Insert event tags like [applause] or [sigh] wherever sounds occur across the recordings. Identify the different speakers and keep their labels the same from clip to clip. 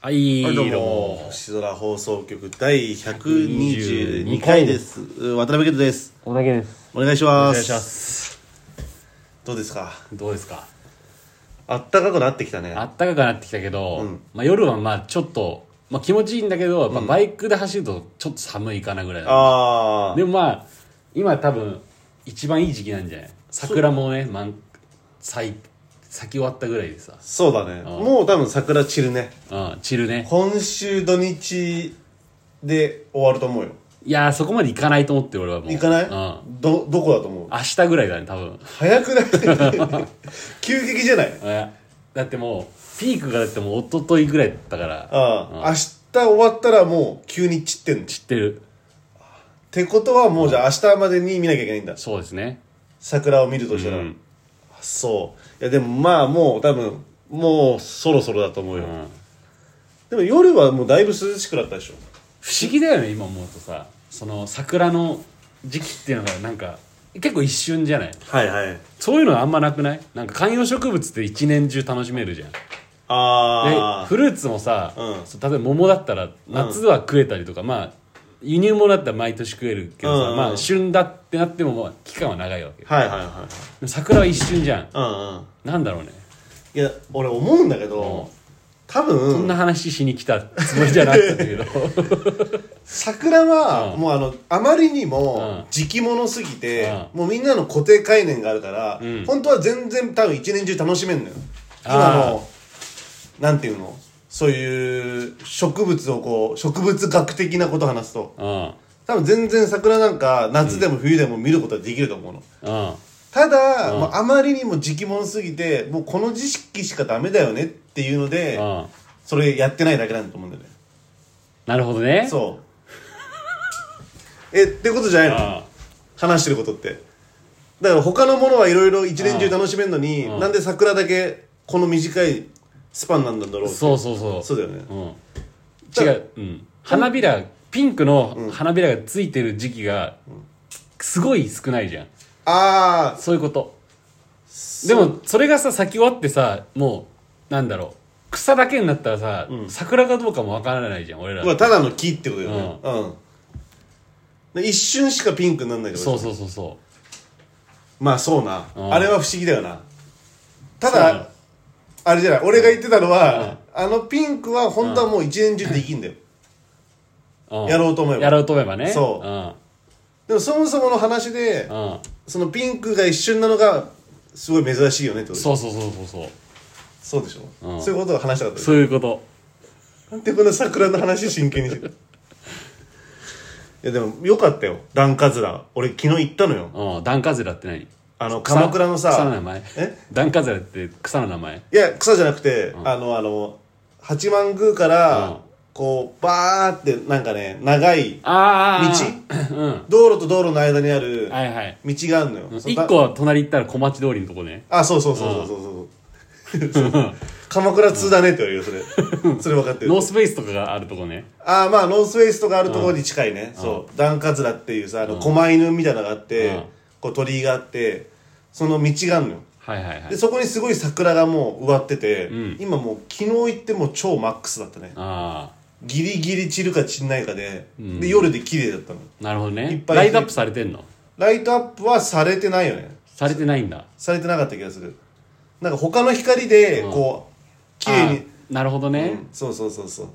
Speaker 1: はい、
Speaker 2: はい
Speaker 1: ど
Speaker 2: ど
Speaker 1: う
Speaker 2: う
Speaker 1: も
Speaker 2: も。星空放送局第122回です。渡辺健人です。
Speaker 3: ここだけです。
Speaker 2: お願いします。
Speaker 1: お願いします。
Speaker 2: どうですか
Speaker 1: どうですか
Speaker 2: あったかくなってきたね。
Speaker 1: あったかくなってきたけど、まあ、夜はまあちょっと、まあ、気持ちいいんだけど、やっぱバイクで走るとちょっと寒いかなぐらいだ
Speaker 2: あー
Speaker 1: でもまあ、今多分一番いい時期なんじゃない桜もね、満咲い咲き終わったぐらいでさ、
Speaker 2: そうだね。もう多分桜散るね。
Speaker 1: うん、散るね。
Speaker 2: 今週土日で終わると思うよ。
Speaker 1: いやー、そこまで行かないと思ってる俺はもう。
Speaker 2: 行かない
Speaker 1: うん。明
Speaker 2: ど、どこだと思う
Speaker 1: 日ぐらいだね、多分。
Speaker 2: 早くない急激じゃない
Speaker 1: えだってもう、ピークがだってもう一昨日ぐらいだったから、
Speaker 2: ああ明日終わったらもう急に散ってんの。っ
Speaker 1: 散ってる。
Speaker 2: てことはもうじゃあ明日までに見なきゃいけないんだ。
Speaker 1: そうですね。
Speaker 2: 桜を見るとしたら、
Speaker 1: うん
Speaker 2: あそういやでもまあもう多分もうそろそろだと思うよ、
Speaker 1: うん
Speaker 2: でも夜はもうだいぶ涼しくなったでしょ
Speaker 1: 不思議だよね今思うとさその桜の時期っていうのがなんか結構一瞬じゃない
Speaker 2: はいはい
Speaker 1: そういうのあんまなくないなんか観葉植物って一年中楽しめるじゃんで
Speaker 2: あ
Speaker 1: フルーツもさ、
Speaker 2: うん
Speaker 1: そう例えば桃だったら夏は食えたりとか、まあ輸入物だったら毎年食えるけどさ、
Speaker 2: うんうん
Speaker 1: まあ旬だってなってもまあ期間は長いわけで
Speaker 2: あはいはいは
Speaker 1: も桜は一瞬じゃん
Speaker 2: いうんうん
Speaker 1: なんだろうね
Speaker 2: いや俺思うんだけど、多分
Speaker 1: こんな話しに来たつもりじゃなかったんだけ
Speaker 2: [laughs]
Speaker 1: ど
Speaker 2: 桜は、
Speaker 1: うん
Speaker 2: もうあのあまりに
Speaker 1: うん
Speaker 2: も時期物すぎて、
Speaker 1: う
Speaker 2: もうみんなの固定概念があるから、
Speaker 1: うん
Speaker 2: 本当は全然多分一年中楽しめんのよ今
Speaker 1: あー
Speaker 2: のなんていうのそういう植物をこう植物学的なこと話すと
Speaker 1: うん
Speaker 2: 多分全然桜なんか夏でも冬でも見ることはできると思うの、
Speaker 1: うん
Speaker 2: ただ、
Speaker 1: うん
Speaker 2: もうあまりにも時期物すぎてもうこの時期しかダメだよねっていうので、
Speaker 1: うん
Speaker 2: それやってないだけなんだと思うんだよね
Speaker 1: なるほどねう
Speaker 2: そうえってことじゃないの
Speaker 1: ん
Speaker 2: 話してることってだから他のものはいろいろ一年中楽しめるのに、
Speaker 1: うん
Speaker 2: なんで桜だけこの短いスパンなんだろうって
Speaker 1: そうそうそう
Speaker 2: そうだよね
Speaker 1: うん、違う、うん、花びらピンクの花びらがついてる時期がすごい少ないじゃん
Speaker 2: ああ
Speaker 1: そういうことでもそれがさ咲き終わってさもうなんだろう草だけになったらさ、桜かどうかもわからないじゃん俺ら
Speaker 2: まあただの木ってことだよねうん、で一瞬しかピンクになんないってこと
Speaker 1: そうそうそうそ
Speaker 2: まあそうな、
Speaker 1: うん
Speaker 2: あれは不思議だよなた
Speaker 1: そうなの
Speaker 2: だあれじゃない俺が言ってたのは、あのピンクは本当はもう一年中できんだよ、
Speaker 1: う、うん
Speaker 2: やろうと思えば
Speaker 1: やろうと思えばね
Speaker 2: そうでもそもそもの話で、
Speaker 1: うん、うん、
Speaker 2: そのピンクが一瞬なのがすごい珍しいよねってこと
Speaker 1: そうそうそうそうそう
Speaker 2: そうでしょ、
Speaker 1: うん
Speaker 2: そういうことを話したかったです
Speaker 1: そういうこと
Speaker 2: なんでこんな桜の話真剣にしてるいやでもよかったよダンカズラ俺昨日行ったのよ
Speaker 1: うん段カズラって何
Speaker 2: あの鎌倉のさ
Speaker 1: 草の名前
Speaker 2: え
Speaker 1: 段カズラって草の名前
Speaker 2: いや草じゃなくて、あのあの八幡宮から、
Speaker 1: うん
Speaker 2: こうバーってなんかね長い
Speaker 1: ああ道うん
Speaker 2: 道路と道路の間にある
Speaker 1: はいはい
Speaker 2: 道があるのよ、その
Speaker 1: 一個は隣行ったら小町通りのとこね
Speaker 2: あそうそうそうそうそうそうそう鎌倉通だねって言われるよそ
Speaker 1: [laughs]
Speaker 2: れそれ分かってる
Speaker 1: ノースペースとかがあるとこね
Speaker 2: ああまあノースウェイストがあるところに近いね、そうダンカズラっていうさあの狛犬みたいなのがあって、
Speaker 1: うん
Speaker 2: こう鳥居があってその道があるのよ
Speaker 1: はいはいは
Speaker 2: で
Speaker 1: い
Speaker 2: そこにすごい桜がもう植わってて、
Speaker 1: ん
Speaker 2: 今もう昨日行ってもう超マックスだったね
Speaker 1: あ
Speaker 2: ギリギリ散るか散んないかで、で夜で綺麗だったの
Speaker 1: あなるほど
Speaker 2: いっ
Speaker 1: ね
Speaker 2: ぱい
Speaker 1: ライトアップされてんの
Speaker 2: ライトアップはされてないよね
Speaker 1: されてないんだ
Speaker 2: されてなかった気がするなんか他の光でこう、綺麗に
Speaker 1: あーなるほどね
Speaker 2: そうそうそうそう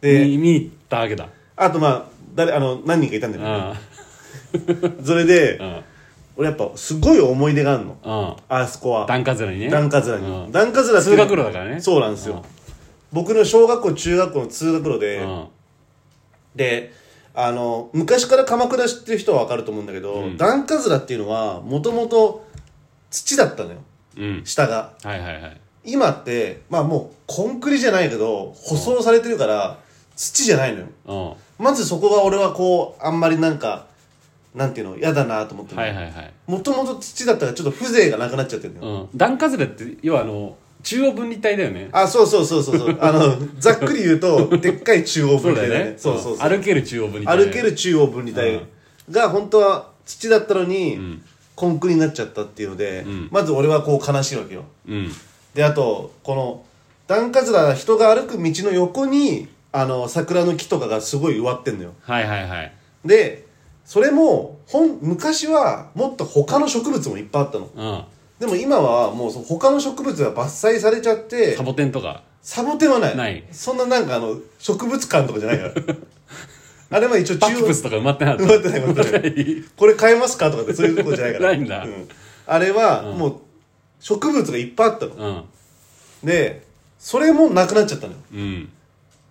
Speaker 2: で、
Speaker 1: 見見に行ったわけだ
Speaker 2: あとまあ誰あの何人かいたんだ
Speaker 1: う
Speaker 2: よ
Speaker 1: ん
Speaker 2: ね、それで、
Speaker 1: うん
Speaker 2: 俺やっぱすごい思い出があるの
Speaker 1: うん
Speaker 2: あそこは
Speaker 1: 段カズラにね
Speaker 2: 段カズラ
Speaker 1: うん
Speaker 2: に段カズラっていう
Speaker 1: 通学路だからね
Speaker 2: そうなんですよ僕の小学校中学校の通学路
Speaker 1: う
Speaker 2: で
Speaker 1: ん
Speaker 2: であの昔から鎌倉知ってる人は分かると思うんだけど段カズラっていうのはもともと土だったのよ
Speaker 1: うん
Speaker 2: 下が
Speaker 1: はいはいはい
Speaker 2: 今ってまあもうコンクリじゃないけど舗装されてるから土じゃないのよ
Speaker 1: うん
Speaker 2: まずそこが俺はこうあんまりなんかなんていうの嫌だなと思って
Speaker 1: はいはいはい
Speaker 2: もともと土だったからちょっと風情がなくなっちゃってるのよ
Speaker 1: うん段カズラって要はあの中央分離帯だよね
Speaker 2: あ、そうそうそうそうそう。あの、ざっくり言うと、でっかい中央
Speaker 1: そ
Speaker 2: 分
Speaker 1: うだ
Speaker 2: 離帯だ
Speaker 1: よ
Speaker 2: ね
Speaker 1: ね。
Speaker 2: そうそうそう。
Speaker 1: 歩ける中央分離帯
Speaker 2: 歩ける中央分離帯が本当は土だったのに、コンクリになっちゃったっていうので、まず俺はこう悲しいわけよ。
Speaker 1: うん
Speaker 2: で、あと、この、段カズラ人が歩く道の横にあの桜の木とかがすごい植わってんのよ
Speaker 1: はいはいはい
Speaker 2: でそれも本昔はもっと他の植物もいっぱいあったの
Speaker 1: うん
Speaker 2: でも今はもうその他の植物が伐採されちゃって
Speaker 1: サボテンとか
Speaker 2: サボテンはない
Speaker 1: ない
Speaker 2: そんななんかあの植物館とかじゃないから
Speaker 1: [laughs]
Speaker 2: あれは一応
Speaker 1: バキ
Speaker 2: 中央
Speaker 1: プスとか埋まってなかっ
Speaker 2: 待ってない待って
Speaker 1: た
Speaker 2: ないこれ買えますかとかってそういうとこじゃないから
Speaker 1: ないんだ
Speaker 2: うんあれはもう植物がいっぱいあったの、
Speaker 1: うん
Speaker 2: でそれもなくなっちゃったのよ
Speaker 1: うん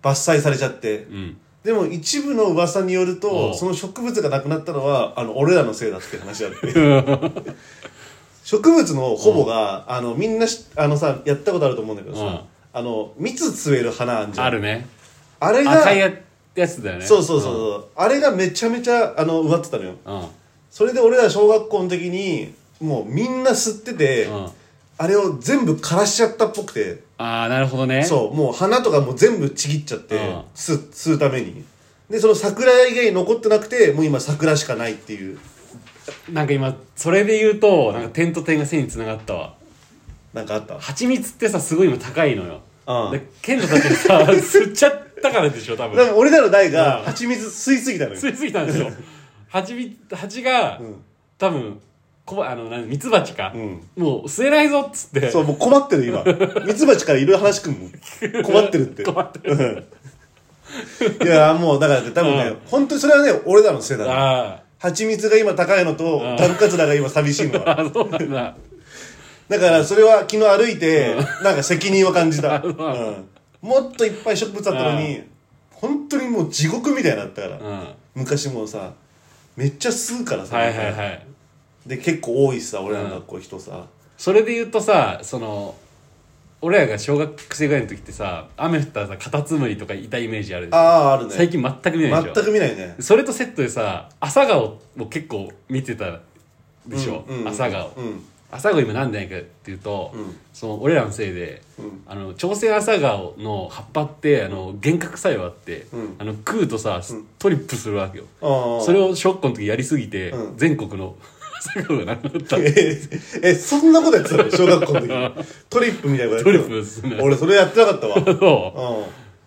Speaker 2: 伐採されちゃって
Speaker 1: うん
Speaker 2: でも一部の噂による
Speaker 1: お
Speaker 2: と
Speaker 1: う
Speaker 2: その植物がなくなったのはあの俺らのせいだって話あって
Speaker 1: [laughs]
Speaker 2: 植物のほぼがあのみんなしあのさやったことあると思うんだけど
Speaker 1: うん
Speaker 2: さあの蜜吸える花あんじゃん
Speaker 1: あるね
Speaker 2: あれが
Speaker 1: 赤いややつだよね
Speaker 2: そうそうそうそう、あれがめちゃめちゃあの植わってたのよ
Speaker 1: うんうん
Speaker 2: それで俺ら小学校の時にもうみんな吸ってて、
Speaker 1: うん
Speaker 2: あれを全部枯らしちゃったっぽくて
Speaker 1: ああなるほどね
Speaker 2: そうもう花とかもう全部ちぎっちゃって、
Speaker 1: うん
Speaker 2: 吸吸うためにでその桜以外残ってなくてもう今桜しかないっていう
Speaker 1: なんか今それで言うとなんか点と点が線につながったわ
Speaker 2: なんかあった
Speaker 1: 蜂蜜ってさすごい今高いのよ、
Speaker 2: うん
Speaker 1: で健太たちが
Speaker 2: [laughs]
Speaker 1: さ吸っちゃったからでしょ多
Speaker 2: なん
Speaker 1: 分
Speaker 2: か俺らの代が
Speaker 1: うん
Speaker 2: 蜂蜜吸いすぎたのよ
Speaker 1: 吸いすぎたんですよ蜂蜜蜂が、多分こあのなんミツバチか、
Speaker 2: ん
Speaker 1: もう吸えないぞっつって
Speaker 2: そうもう困ってる今ミツバチからいろいろ話くんもん困ってるっ
Speaker 1: [laughs]
Speaker 2: て
Speaker 1: 困ってる
Speaker 2: いやもうだからね多分ね、
Speaker 1: うん
Speaker 2: 本当にそれはね俺らのせいだね
Speaker 1: あ
Speaker 2: 蜂蜜が今高いのと
Speaker 1: ん
Speaker 2: ダンカツラが今寂しいの
Speaker 1: ー
Speaker 2: は
Speaker 1: あそうなんだ
Speaker 2: だからそれは昨日歩いてなんか責任を感じ
Speaker 1: [laughs]
Speaker 2: た、
Speaker 1: あそう
Speaker 2: うん、もっといっぱい植物あったのに本当にもう地獄みたいになったか
Speaker 1: う
Speaker 2: ら、
Speaker 1: ん
Speaker 2: 昔もさめっちゃ吸うからさ、
Speaker 1: はいはいはい
Speaker 2: で結構多いしさ俺らの学校人さ、
Speaker 1: それで言うとさその俺らが小学生ぐらいの時ってさ雨降ったらさカタツムリとかいたイメージあるでし
Speaker 2: あ
Speaker 1: ょ
Speaker 2: ああるね
Speaker 1: 最近全く見ないでしょ
Speaker 2: 全く見ないね
Speaker 1: それとセットでさ朝顔も結構見てたでしょ、
Speaker 2: うんうん
Speaker 1: 朝顔、
Speaker 2: うん
Speaker 1: 朝顔今なんでないかっていうと、その俺らのせいで、あの朝鮮朝顔の葉っぱってあの幻覚作用あって、
Speaker 2: ん
Speaker 1: あの食うとさトリップするわけよ、
Speaker 2: ああ
Speaker 1: それを小学校の時やりすぎて、
Speaker 2: うん
Speaker 1: 全国の [laughs] 朝顔がなくな
Speaker 2: [laughs]
Speaker 1: った
Speaker 2: え [laughs] えそんなことやってたの小学校の時トリップみたいなことやっ
Speaker 1: ト
Speaker 2: てたの
Speaker 1: リップですね
Speaker 2: 俺それやってなかったわうん
Speaker 1: そう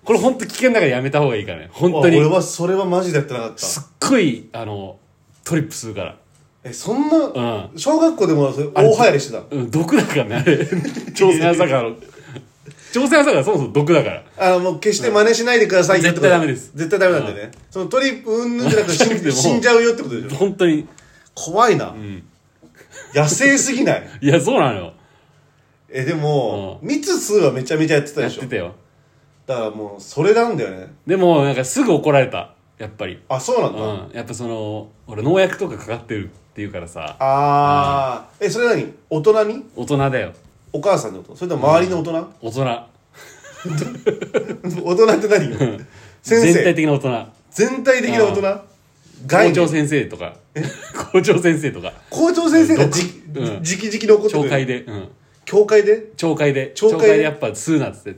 Speaker 1: これ本当危険だからやめた方がいいからね本当に
Speaker 2: 俺はそれはマジでやってなかった
Speaker 1: すっごいあのトリップするから
Speaker 2: えそんな、
Speaker 1: う
Speaker 2: 小学校でもそれ大流行りしてた
Speaker 1: うん、毒だからね、あ
Speaker 2: [laughs]
Speaker 1: れ。朝鮮朝顔の。朝鮮朝顔そもそも毒だから。
Speaker 2: あもう決して真似しないでくださいってこと
Speaker 1: 絶対ダメです
Speaker 2: 絶対ダメなんだよね、そのトリップうんぬんじゃなくて
Speaker 1: じゃなくて [laughs]
Speaker 2: 死ん
Speaker 1: もう
Speaker 2: 死んじゃうよってことでしょ
Speaker 1: 本当に。
Speaker 2: [laughs] 怖いな、野生すぎない
Speaker 1: いや、そうなのよ。
Speaker 2: えでも、
Speaker 1: う
Speaker 2: 密数はめちゃめちゃやってた
Speaker 1: や
Speaker 2: で
Speaker 1: っ
Speaker 2: してょ
Speaker 1: たよ。
Speaker 2: だからもうそれなんだよね
Speaker 1: でも、なんかすぐ怒られた。やっぱり。
Speaker 2: あそうなん
Speaker 1: う
Speaker 2: だ、あ
Speaker 1: ん。やっぱその、俺農薬とかかかってるっていうからさ、
Speaker 2: あーえそれ何大人に
Speaker 1: 大人だよ。
Speaker 2: お母さんのことそれとも周りの大人、
Speaker 1: 大人。
Speaker 2: [laughs] 大人って何先生
Speaker 1: 全体的な大人。
Speaker 2: 全体的な大人
Speaker 1: 校
Speaker 2: 外
Speaker 1: 長
Speaker 2: 長
Speaker 1: 先生とか。 [laughs] 校長先生とか。
Speaker 2: 校長先生がじ、
Speaker 1: うん
Speaker 2: じきじきに怒ってく
Speaker 1: 懲
Speaker 2: る
Speaker 1: 戒で。うん。
Speaker 2: 教会で
Speaker 1: 懲戒で。
Speaker 2: 懲戒で
Speaker 1: 懲戒でやっぱ吸うなっつって。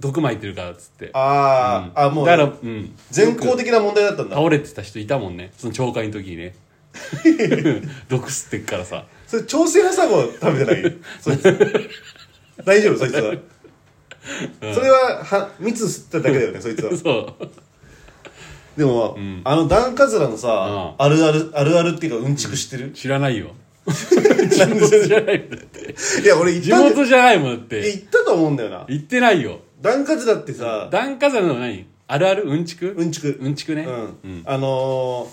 Speaker 1: 毒撒いてるからっつって。
Speaker 2: ああ、あもう
Speaker 1: だから、うん。
Speaker 2: 全校的な問題だったんだ
Speaker 1: 倒れてた人いたもんねその懲戒の時にね [laughs] 毒吸ってっからさ
Speaker 2: それ調整朝ご食
Speaker 1: [laughs]
Speaker 2: べてないそいつ大丈夫そいつは、それはは蜜吸っただけだよねそいつは
Speaker 1: そう
Speaker 2: でも、あのダンカズラのさ、あるあるあるあるっていうかうんちく知ってる、
Speaker 1: 知らない
Speaker 2: [laughs]
Speaker 1: よ地元じゃないもんだって
Speaker 2: いや俺行っ
Speaker 1: 地
Speaker 2: たんだ
Speaker 1: 元じゃないもんだっ
Speaker 2: え
Speaker 1: て
Speaker 2: 行ったと思うんだよな
Speaker 1: 行ってないよ
Speaker 2: ダンカズラってさ
Speaker 1: 檀家さんの何あるあるうんちく
Speaker 2: うんちく
Speaker 1: うんちくね
Speaker 2: うんあの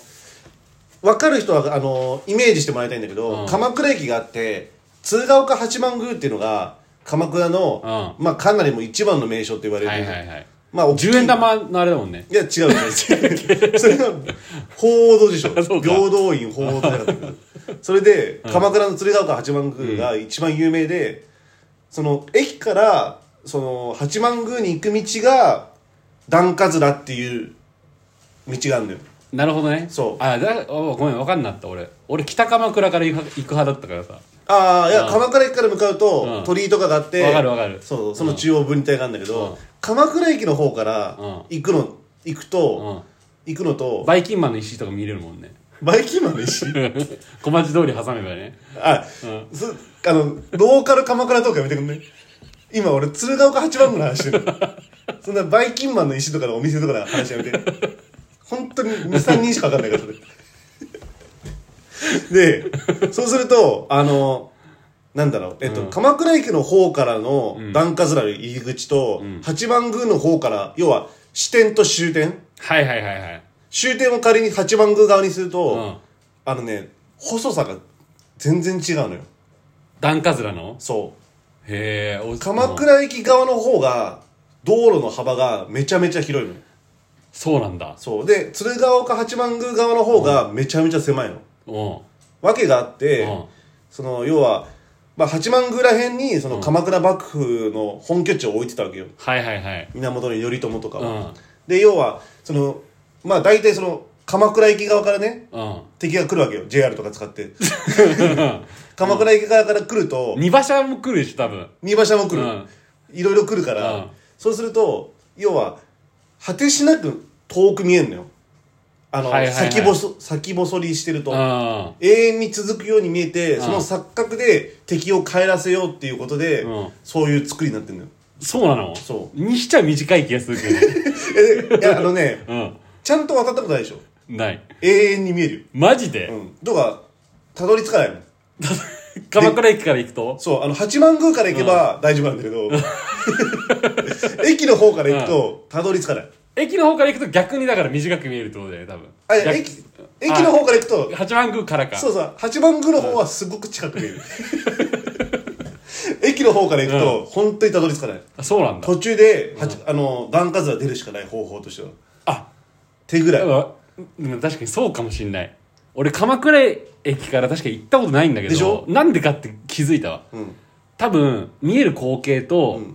Speaker 2: ー、分かる人はあのーイメージしてもらいたいんだけど、
Speaker 1: うん
Speaker 2: 鎌倉駅があって鶴岡八幡宮っていうのが鎌倉の、まあ、かなりもう一番の名所って言われる、
Speaker 1: はいはいはい
Speaker 2: まあ大きい
Speaker 1: 10円玉のあれだもんね
Speaker 2: いや違う違うそれが鳳凰堂でしょ
Speaker 1: あ [laughs] そうか
Speaker 2: 平等院鳳凰堂じゃなかったけど
Speaker 1: [laughs]
Speaker 2: それで、鎌倉の鶴岡八幡宮が一番有名で、その駅からその八幡宮に行く道が段葛らっていう道があるのよ
Speaker 1: なるほどね
Speaker 2: そう
Speaker 1: あだおごめん分かんなかった俺俺北鎌倉から行く行く派だったからさ
Speaker 2: ああいや
Speaker 1: うん
Speaker 2: 鎌倉駅から向かうと、
Speaker 1: うん
Speaker 2: 鳥居とかがあって
Speaker 1: わかるわかる
Speaker 2: そうその中央分離帯があるんだけど、
Speaker 1: うん
Speaker 2: 鎌倉駅の方から
Speaker 1: うん
Speaker 2: 行くの行くと、行くのと
Speaker 1: バイキンマンの石とか見れるもんね
Speaker 2: バイキンマンの石
Speaker 1: [laughs] 小町通り挟めばね
Speaker 2: あ、そあのローカル鎌倉とかやめてくんね今俺鶴岡八幡宮の話してるそんなバイキンマンの石とかのお店とかの話やめて本当に23人しか分かんないからそれでそうするとあのなんだろう、えっと鎌倉駅の方からの段葛面の入り口と、八幡宮の方から要は支点と終点
Speaker 1: はいはいはいはい
Speaker 2: 終点を仮に八幡宮側にすると、
Speaker 1: うん
Speaker 2: あのね細さが全然違うのよ
Speaker 1: 段カズラの
Speaker 2: そう
Speaker 1: へえお
Speaker 2: 鎌
Speaker 1: うん
Speaker 2: 倉駅側の方が道路の幅がめちゃめちゃ広いの
Speaker 1: そうなんだ
Speaker 2: そうで鶴岡八幡宮側の方がめちゃめちゃ狭いの
Speaker 1: うん
Speaker 2: わけがあって、
Speaker 1: うん
Speaker 2: その要は、まあ、八幡宮らへんにその鎌倉幕府の本拠地を置いてたわけよ
Speaker 1: はいはいはい
Speaker 2: 源頼朝とか
Speaker 1: う
Speaker 2: は、
Speaker 1: ん
Speaker 2: で要はそのまあ大体その鎌倉駅側からね
Speaker 1: うん
Speaker 2: 敵が来るわけよ JR とか使って
Speaker 1: [laughs]
Speaker 2: [laughs] 鎌倉駅側から来ると、
Speaker 1: 二馬車も来るでしょ多分
Speaker 2: 新馬車も来る、
Speaker 1: うん
Speaker 2: いろいろ来るから、
Speaker 1: うん
Speaker 2: そうすると要は果てしなく遠く見えんのよあの、
Speaker 1: はいはいはい
Speaker 2: 先細先細りしてると、
Speaker 1: うん
Speaker 2: 永遠に続くように見えて、
Speaker 1: ん
Speaker 2: その錯覚で敵を帰らせようっていうことで、
Speaker 1: うん
Speaker 2: そういう作りになってるのよ
Speaker 1: そうなの
Speaker 2: そう
Speaker 1: にしちゃ短い気がする
Speaker 2: [laughs]
Speaker 1: け
Speaker 2: えいやあのね
Speaker 1: どね
Speaker 2: ちゃんと渡ったことないでしょ
Speaker 1: うんない
Speaker 2: 永遠に見える
Speaker 1: マジ
Speaker 2: よ、う
Speaker 1: で
Speaker 2: ん、とかたどり着かないの
Speaker 1: 鎌倉駅から行くと
Speaker 2: そうあの八幡宮から行けば大丈夫なんだ
Speaker 1: [laughs]
Speaker 2: けど、駅の方から行くとたどり着かない
Speaker 1: 駅の方から行くと逆にだから短く見えるってことだよね多分
Speaker 2: あいや
Speaker 1: 逆
Speaker 2: 駅駅の方から行くと
Speaker 1: 八幡宮からか
Speaker 2: そうそう八幡宮の方はすごく近く見
Speaker 1: [laughs]
Speaker 2: える駅の方から行くと、本当にたどり着かない
Speaker 1: あそうなんだ
Speaker 2: 途中で、はちあの眼数は出るしかない方法としては
Speaker 1: あ
Speaker 2: 手ぐらい、
Speaker 1: でも確かにそうかもしんない俺鎌倉駅から確か行ったことないんだけど
Speaker 2: でしょ
Speaker 1: なんでかって気づいたわ
Speaker 2: うん、
Speaker 1: 多分見える光景と、
Speaker 2: ん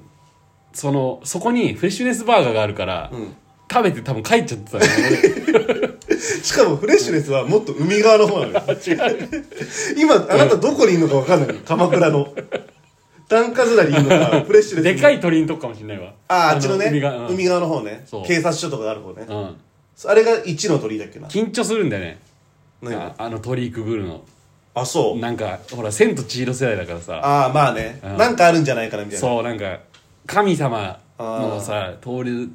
Speaker 1: そのそこにフレッシュネスバーガーがあるから、
Speaker 2: ん
Speaker 1: 食べて多分帰っちゃってた
Speaker 2: [laughs]
Speaker 1: よね
Speaker 2: しかもフレッシュネスはもっと海側の方な
Speaker 1: [laughs]
Speaker 2: のよ
Speaker 1: 違う
Speaker 2: [laughs] 今あなたどこにいるのか分かんないの鎌倉の段数なにいるのかフレッシュネス
Speaker 1: でかい鳥のとこかもしんないわ
Speaker 2: あああっちのね
Speaker 1: 海
Speaker 2: 海
Speaker 1: が、
Speaker 2: 側,、
Speaker 1: うん
Speaker 2: の方ね
Speaker 1: そう
Speaker 2: 警察署とかがある方ね、
Speaker 1: うん、
Speaker 2: あれが一の鳥居だっけな
Speaker 1: 緊張するんだよね
Speaker 2: 何が
Speaker 1: ああの鳥くぐるの
Speaker 2: あそう
Speaker 1: なんかほら「千と千尋」世代だからさ
Speaker 2: ああまあね、
Speaker 1: うん
Speaker 2: なんかあるんじゃないかなみたいな
Speaker 1: そうなんか神様のさ通る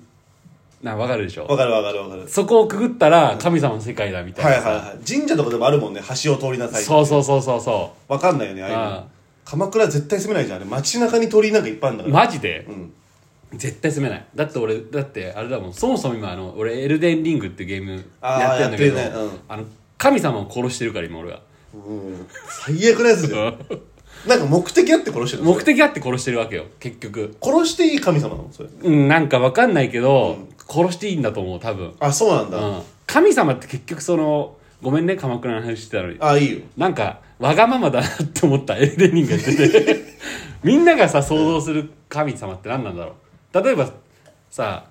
Speaker 1: なわかるでしょ
Speaker 2: わかるわかるわかる
Speaker 1: そこをくぐったら神様の世界だみたい
Speaker 2: はい
Speaker 1: な
Speaker 2: はい
Speaker 1: さ、
Speaker 2: はい神社とかでもあるもんね橋を通りなさい
Speaker 1: そうそうそうそうそ
Speaker 2: わかんないよねああいうの
Speaker 1: ああ
Speaker 2: 鎌倉絶対住めないじゃんあれ街中に鳥居なんかいっぱいあるんだ
Speaker 1: う
Speaker 2: から、
Speaker 1: マジで、
Speaker 2: うん
Speaker 1: 絶対攻めないだって俺だってあれだもんそもそも今あの俺エルデンリングっていうゲーム
Speaker 2: あー
Speaker 1: やってんだけど、
Speaker 2: やってるねうん
Speaker 1: あの神様を殺してるから今俺は
Speaker 2: うん、最悪なやつじゃんなんか目的あって殺してるの
Speaker 1: 目的あって殺してるわけよ結局
Speaker 2: 殺していい神様なのそれ
Speaker 1: うんなんかわかんないけど、殺していいんだと思う多分、
Speaker 2: あそうなんだ、
Speaker 1: うん、神様って結局そのごめんね鎌倉の話してたのに
Speaker 2: あいいよ
Speaker 1: なんかわがままだなって思ったエルデンリングやって
Speaker 2: [laughs]
Speaker 1: てみんながさ想像する神様って何なんだろう例えばさ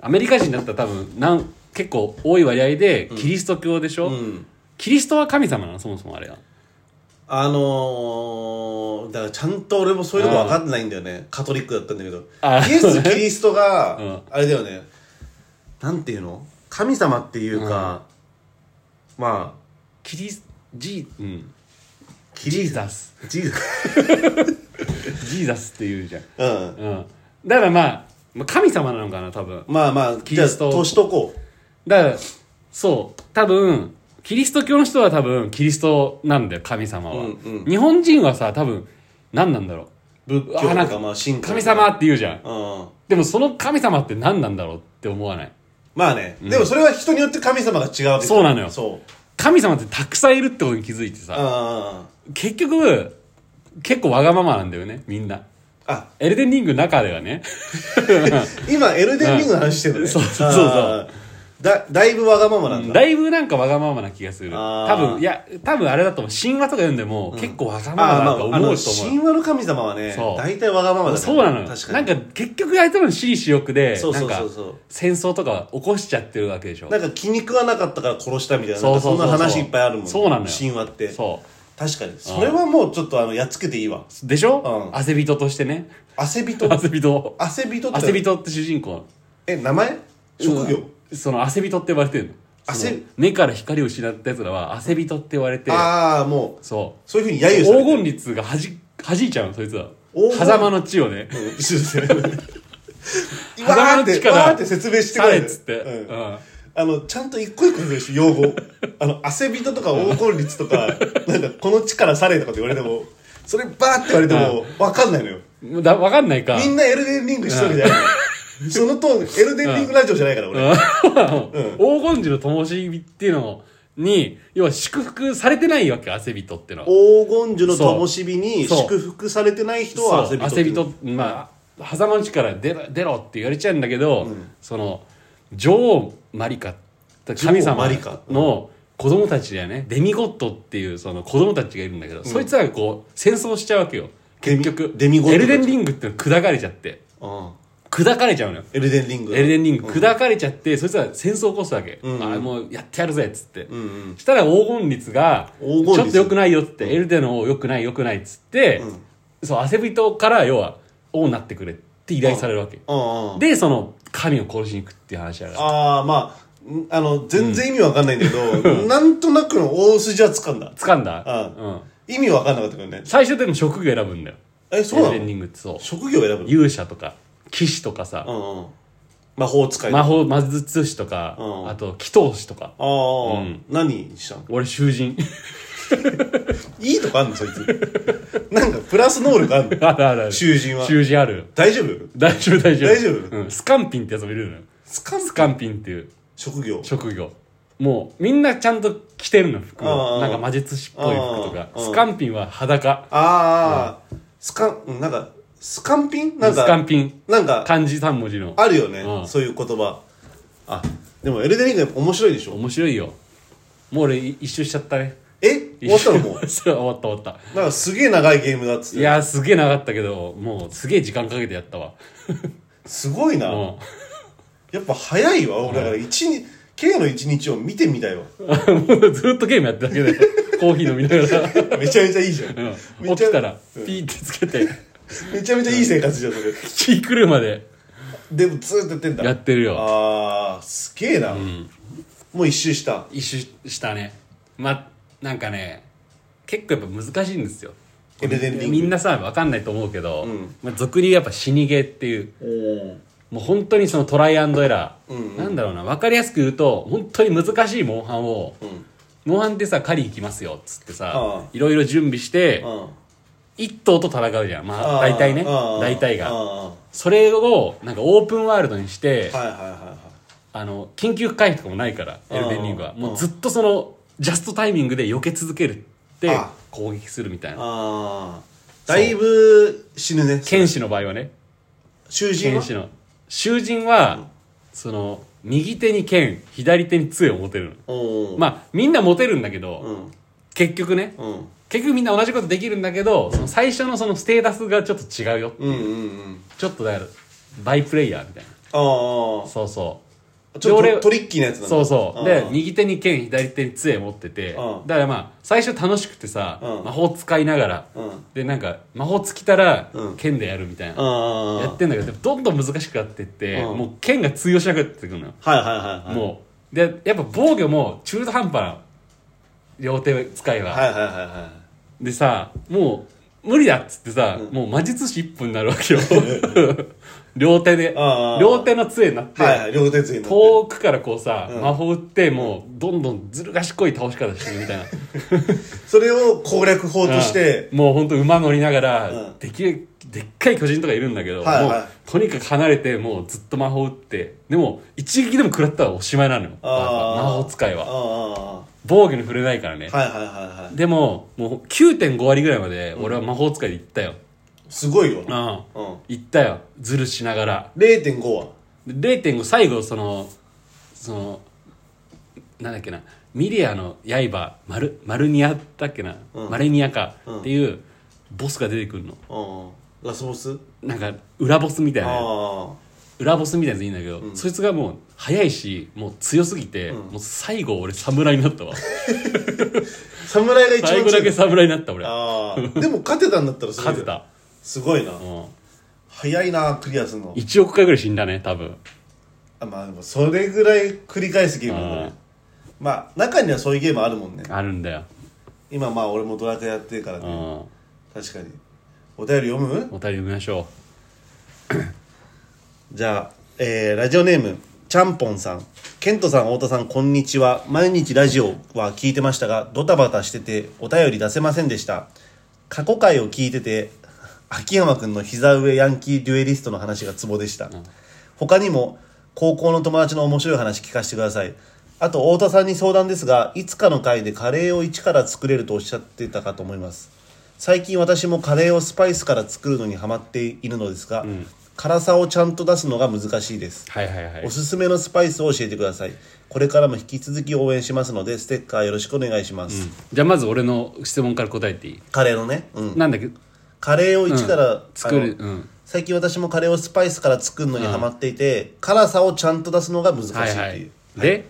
Speaker 1: アメリカ人だったら多分なん結構多い割合でキリスト教でしょ、
Speaker 2: うん
Speaker 1: キリストは神様なのそもそもあれは
Speaker 2: あのー、だからちゃんと俺もそういうの分かってないんだよねカトリックだったんだけど
Speaker 1: あ
Speaker 2: イエス・キリストが、
Speaker 1: うん
Speaker 2: あれだよねなんていうの神様っていうか、まあ
Speaker 1: キリスジー、うん、
Speaker 2: キ
Speaker 1: ジ
Speaker 2: リ
Speaker 1: ーザス
Speaker 2: ジーザス
Speaker 1: ジーザスっていうじゃん、
Speaker 2: うん
Speaker 1: うん、だからまあまあ神様なのかな多分
Speaker 2: まあまあ
Speaker 1: キリスト
Speaker 2: じゃあ年とこう
Speaker 1: だからそう多分キリスト教の人は多分キリストなんだよ神様は、
Speaker 2: うんうん
Speaker 1: 日本人はさ多分何なんだろ
Speaker 2: 仏教
Speaker 1: あなん
Speaker 2: と
Speaker 1: か
Speaker 2: かまあ神
Speaker 1: う神様って言うじゃん
Speaker 2: うん
Speaker 1: でもその神様って何なんだろうって思わない
Speaker 2: まあね、でもそれは人によって神様が違うわけだ
Speaker 1: そうなのよ
Speaker 2: そう
Speaker 1: 神様ってたくさんいるってことに気づいて
Speaker 2: うんう
Speaker 1: さ
Speaker 2: んうん
Speaker 1: 結局結構わがままなんだよねみんな
Speaker 2: あ
Speaker 1: エルデンリングの中ではね
Speaker 2: 今エルデンリングの話してるのね、
Speaker 1: うんそうそうそう
Speaker 2: あーだだいぶわがままなんだ
Speaker 1: だいぶなんかわがままな気がする
Speaker 2: あー
Speaker 1: 多分いや多分あれだと思う神話とか読んでも結構わがままだと
Speaker 2: あー
Speaker 1: 思う
Speaker 2: まああ
Speaker 1: と思う、
Speaker 2: の神話の神様はね
Speaker 1: そう
Speaker 2: 大体わがままだね
Speaker 1: そうなのよ
Speaker 2: 確か
Speaker 1: な
Speaker 2: に
Speaker 1: んか結局あいつらの私利私欲で
Speaker 2: そうそう
Speaker 1: な
Speaker 2: そ
Speaker 1: ん
Speaker 2: う
Speaker 1: か
Speaker 2: そう
Speaker 1: 戦争とか起こしちゃってるわけでしょ
Speaker 2: なんか気に食わなかったから殺したみたいな
Speaker 1: そうそうそうそう
Speaker 2: なんかそんな話いっぱいあるもんね
Speaker 1: そうなのよ
Speaker 2: 神話って
Speaker 1: そ
Speaker 2: 確かにそれはもうちょっとあのやっつけていいわ
Speaker 1: うでしょ、
Speaker 2: うん
Speaker 1: 汗人としてね
Speaker 2: 汗人
Speaker 1: 汗人
Speaker 2: 汗人って
Speaker 1: 汗人って主人公
Speaker 2: え名前職業、
Speaker 1: うんその汗人って呼ばれてるの
Speaker 2: 汗
Speaker 1: その目から光を失ったやつらは汗人って言われて
Speaker 2: ああもう
Speaker 1: そ
Speaker 2: そういうふうに
Speaker 1: う
Speaker 2: 揶揄され
Speaker 1: 黄
Speaker 2: てる
Speaker 1: 金率がはじ弾いちゃうのそいつら
Speaker 2: 大声
Speaker 1: 狭間の地をね
Speaker 2: うん一緒ですよねわ
Speaker 1: 狭
Speaker 2: ー
Speaker 1: 間
Speaker 2: っ
Speaker 1: の地
Speaker 2: て
Speaker 1: から
Speaker 2: [laughs] わーって説明してく
Speaker 1: さ
Speaker 2: れ
Speaker 1: え
Speaker 2: る
Speaker 1: っつって、
Speaker 2: うん
Speaker 1: うん
Speaker 2: あのちゃんと一個一個説明して用語あの汗びととか黄金率とかなんかこの地からされとかって言われてもそれバーって言われても分かんないのよ
Speaker 1: もうだわかんないか
Speaker 2: みんなエルデンリングしてるわけじゃないのよそのとエルデンリングラジオじゃないから俺
Speaker 1: 黄金時の灯火っていうのに要は祝福されてないわけ汗人ってのは
Speaker 2: 黄金樹の灯火に祝福されてない人は
Speaker 1: そう
Speaker 2: 汗
Speaker 1: 汗
Speaker 2: びと
Speaker 1: 人まあ狭間の力出ろ出ろって言われちゃうんだけど、その女王マリカ神
Speaker 2: 女王マ
Speaker 1: 様
Speaker 2: リカ
Speaker 1: の子供たちだよねデミゴットっていうその子供たちがいるんだけど、そいつらがこう戦争しちゃうわけよ
Speaker 2: デ
Speaker 1: 結
Speaker 2: ミ
Speaker 1: 局
Speaker 2: デミゴット
Speaker 1: エ
Speaker 2: たち
Speaker 1: ルデンリングってのは砕かれちゃって
Speaker 2: うん
Speaker 1: 砕かれちゃうのよ
Speaker 2: エルデンリング
Speaker 1: エルデンリング砕かれちゃって、そいつら戦争起こすわけ、
Speaker 2: うんうん
Speaker 1: ああもうやってやるぜっつって、
Speaker 2: うんうん
Speaker 1: したら黄金率がち
Speaker 2: 黄金率
Speaker 1: ょっと良くないよっつって、エルデの王良くない良くないっつって、そう汗人から要は王になってくれって依頼されるわけ、
Speaker 2: うんうん
Speaker 1: でその神を殺しに行くっていう話だから
Speaker 2: ああまあんあの全然意味わかんないんだけど、なんとなくの大筋はつかんだ
Speaker 1: 掴んだ、
Speaker 2: う
Speaker 1: うん、
Speaker 2: 意味わかんなかったけどね
Speaker 1: 最初でも職業選ぶんだよ
Speaker 2: えそうな
Speaker 1: エルデン
Speaker 2: の
Speaker 1: リングってそう
Speaker 2: 職業選ぶの
Speaker 1: 勇者とか騎士とかさ、
Speaker 2: うんうん魔法使い
Speaker 1: 魔
Speaker 2: 法
Speaker 1: 法魔術師とか、
Speaker 2: うん
Speaker 1: あと祈祷師とか
Speaker 2: ああ、
Speaker 1: うん
Speaker 2: 何にしたの
Speaker 1: 俺囚人 [laughs]
Speaker 2: いいとこあんのそいつ [laughs] なんかプラス能力 [laughs] あんの
Speaker 1: あるあるある
Speaker 2: 囚人は
Speaker 1: 囚人ある
Speaker 2: 大丈夫
Speaker 1: 大丈夫大丈夫
Speaker 2: 大丈夫
Speaker 1: うん、スカンピンってやつもいるのよ
Speaker 2: つかん
Speaker 1: スカンピンっていう
Speaker 2: 職業
Speaker 1: 職業もうみんなちゃんと着てるの服
Speaker 2: あ
Speaker 1: を
Speaker 2: あ
Speaker 1: なんか魔術師っぽい服とか
Speaker 2: ああ
Speaker 1: スカンピンは裸
Speaker 2: ああ、スカンうんなんかスカンピンなん
Speaker 1: ス
Speaker 2: か
Speaker 1: カンピン
Speaker 2: なんか
Speaker 1: 漢字3文字の
Speaker 2: あるよね、
Speaker 1: うん
Speaker 2: そういう言葉あでもエルデンリングやっぱ面白いでしょ
Speaker 1: 面白いよもう俺い一周しちゃったね
Speaker 2: え終わったのも
Speaker 1: [laughs]
Speaker 2: う
Speaker 1: そう終わった終わった
Speaker 2: なんかすげえ長いゲームだっつって
Speaker 1: いやーすげえ長かったけどもうすげえ時間かけてやったわ
Speaker 2: すごいな、
Speaker 1: も
Speaker 2: やっぱ早いわ俺だから一日 K の一日を見てみたいわ
Speaker 1: う [laughs] もうずっとゲームやってたけど [laughs] コーヒー飲みながら、
Speaker 2: めちゃめちゃいいじゃん、
Speaker 1: うん、
Speaker 2: め
Speaker 1: 起
Speaker 2: ちゃ
Speaker 1: きたら
Speaker 2: うん
Speaker 1: ピーってつけて [laughs]
Speaker 2: めちゃめちゃいい生活じゃんそれ
Speaker 1: 気狂うまで
Speaker 2: でもずーっとやってんだ
Speaker 1: やってるよ
Speaker 2: あーすげえな、もう一周した
Speaker 1: 一周したねまあなんかね結構やっぱ難しいんですよ
Speaker 2: エルデンリング
Speaker 1: みんなさ分かんないと思うけど、
Speaker 2: ん
Speaker 1: まあ、俗に言うやっぱ死にゲーっていう
Speaker 2: おー
Speaker 1: もう本当にそのトライアンドエラー、なんだろうな分かりやすく言うと本当に難しいモンハンを、モンハンってさ狩り行きますよっつって
Speaker 2: ああ
Speaker 1: さいろいろ準備して
Speaker 2: うん
Speaker 1: 一頭と戦うじゃんまあ
Speaker 2: あー
Speaker 1: 大体ね
Speaker 2: あー
Speaker 1: 大体
Speaker 2: あー
Speaker 1: が
Speaker 2: は
Speaker 1: それをなんかオープンワールドにして
Speaker 2: いはいはい
Speaker 1: あの緊急回避とかもないから
Speaker 2: うん
Speaker 1: エルデンリングは
Speaker 2: うん
Speaker 1: もうずっとそのジャストタイミングで避け続けるって
Speaker 2: あ
Speaker 1: 攻撃するみたいな
Speaker 2: あーだいぶ死ぬね
Speaker 1: 剣士の場合はね
Speaker 2: 囚人
Speaker 1: 剣
Speaker 2: は
Speaker 1: 士の囚人はその右手に剣左手に杖を持てる
Speaker 2: お
Speaker 1: の
Speaker 2: ー
Speaker 1: まあみんな持てるんだけ
Speaker 2: う
Speaker 1: ど
Speaker 2: ん
Speaker 1: 結局ね
Speaker 2: うん
Speaker 1: 結局みんな同じことできるんだけどその最初のそのステータスがちょっと違うよ
Speaker 2: うんうんうん
Speaker 1: ちょっとだからバイプレイヤーみたいな
Speaker 2: ああ
Speaker 1: そうそう
Speaker 2: ちょっ
Speaker 1: で
Speaker 2: と
Speaker 1: 俺
Speaker 2: トリッキーなやつなんだ
Speaker 1: そうそうで
Speaker 2: ん
Speaker 1: 右手に剣左手に杖持ってて
Speaker 2: うん
Speaker 1: だからまあ最初楽しくてさ
Speaker 2: うん
Speaker 1: 魔法使いながら
Speaker 2: うん
Speaker 1: でなんか魔法つきたら
Speaker 2: うん
Speaker 1: 剣でやるみたいな
Speaker 2: あ
Speaker 1: や
Speaker 2: あ
Speaker 1: ってんだけどでもどんどん難しくなってって
Speaker 2: うん
Speaker 1: もう剣が通用しなくなってくるのよ
Speaker 2: はいはいはいはい
Speaker 1: もうでやっぱ防御も中途半端な両手使いは
Speaker 2: はいはいはいは
Speaker 1: でさもう無理だっつってさもう魔術師一本になるわけ
Speaker 2: [laughs]
Speaker 1: よ [laughs] 両手で
Speaker 2: あー
Speaker 1: 両手の杖になって
Speaker 2: いはいはい両手ついになって
Speaker 1: 遠くからこうさ、魔法打ってもうどんどんずる賢い倒し方してるみた
Speaker 2: [laughs]
Speaker 1: いな
Speaker 2: それを攻略法として
Speaker 1: うんもうほんと馬乗りながら、
Speaker 2: うん
Speaker 1: できるでっかい巨人とかいるんだけど、
Speaker 2: はいはい
Speaker 1: もうとにかく離れてもうずっと魔法打ってでも一撃でも食らったらおしまいなのよ
Speaker 2: あー
Speaker 1: 魔法使い
Speaker 2: ああ
Speaker 1: は
Speaker 2: あ
Speaker 1: 防御に触れないからね、
Speaker 2: あはいはいはいはい
Speaker 1: でももう9.5割ぐらいまで俺は魔法使いで行ったよ、
Speaker 2: すごいよ
Speaker 1: うん、
Speaker 2: うん
Speaker 1: 行ったよずるしながら
Speaker 2: 0.5は
Speaker 1: で0.5最後そのそのなんだっけなミリアの刃マルマルニアだっけな、
Speaker 2: うん
Speaker 1: マレニアか
Speaker 2: うん
Speaker 1: っていうボスが出てくるの
Speaker 2: うんラスボス
Speaker 1: なんか裏ボスみたい
Speaker 2: あ
Speaker 1: な
Speaker 2: あ
Speaker 1: 裏ボスみたいなやついいんだけど、そいつがもう速いしもう強すぎて、もう最後俺侍になったわ
Speaker 2: 侍が一番
Speaker 1: 最後だけ侍になった俺
Speaker 2: ああでも勝てたんだったらすごい
Speaker 1: 勝てた、
Speaker 2: すごいな
Speaker 1: うん、
Speaker 2: 早いなクリアするの
Speaker 1: 1億回ぐらい死んだね多分
Speaker 2: あまあでもそれぐらい繰り返すゲームなんだ
Speaker 1: あ
Speaker 2: ねまあ中にはそういうゲームあるもんね
Speaker 1: あるんだよ、
Speaker 2: 今まあ俺もドラクエやってるから
Speaker 1: う
Speaker 2: ね
Speaker 1: ん、
Speaker 2: 確かにお便り読む
Speaker 1: お便り読みましょ
Speaker 2: じゃあ、えーラジオネームちゃんぽんさんケントさん太田さんこんにちは毎日ラジオは聞いてましたがドタバタしててお便り出せませんでした過去回を聞いてて秋山君の膝上ヤンキーデュエリストの話がツボでした、他にも高校の友達の面白い話聞かせてくださいあと太田さんに相談ですがいつかの回でカレーを一から作れるとおっしゃってたかと思います最近私もカレーをスパイスから作るのにハマっているのですが、辛さをちゃんと出すのが難しいです
Speaker 1: うはいはいはい
Speaker 2: おすすめのスパイスを教えてくださいこれからも引き続き応援しますのでステッカーよろしくお願いします、
Speaker 1: じゃあまず俺の質問から答えていい、
Speaker 2: カレーのね、うん、
Speaker 1: なんだっけ
Speaker 2: カレーを一から、
Speaker 1: 作る
Speaker 2: あ
Speaker 1: う
Speaker 2: の
Speaker 1: ん
Speaker 2: 最近私もカレーをスパイスから作るのにハマっていて、辛さをちゃんと出すのが難しいっていう、
Speaker 1: はいはいで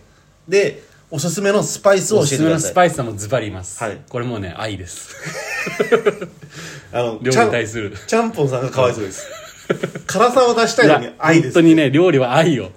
Speaker 2: でおすすめのスパイスを
Speaker 1: お
Speaker 2: 教
Speaker 1: す
Speaker 2: えて
Speaker 1: す
Speaker 2: く
Speaker 1: め
Speaker 2: だ
Speaker 1: の
Speaker 2: さ
Speaker 1: ス
Speaker 2: い
Speaker 1: パイスさんもズバリいます、
Speaker 2: はい
Speaker 1: これもうね愛です
Speaker 2: あの
Speaker 1: 料
Speaker 2: ちゃ
Speaker 1: 理
Speaker 2: ん
Speaker 1: に対する
Speaker 2: ちゃんぽんさんがかわいそうです辛さを出したいのに愛です
Speaker 1: 本当にね料理は愛よ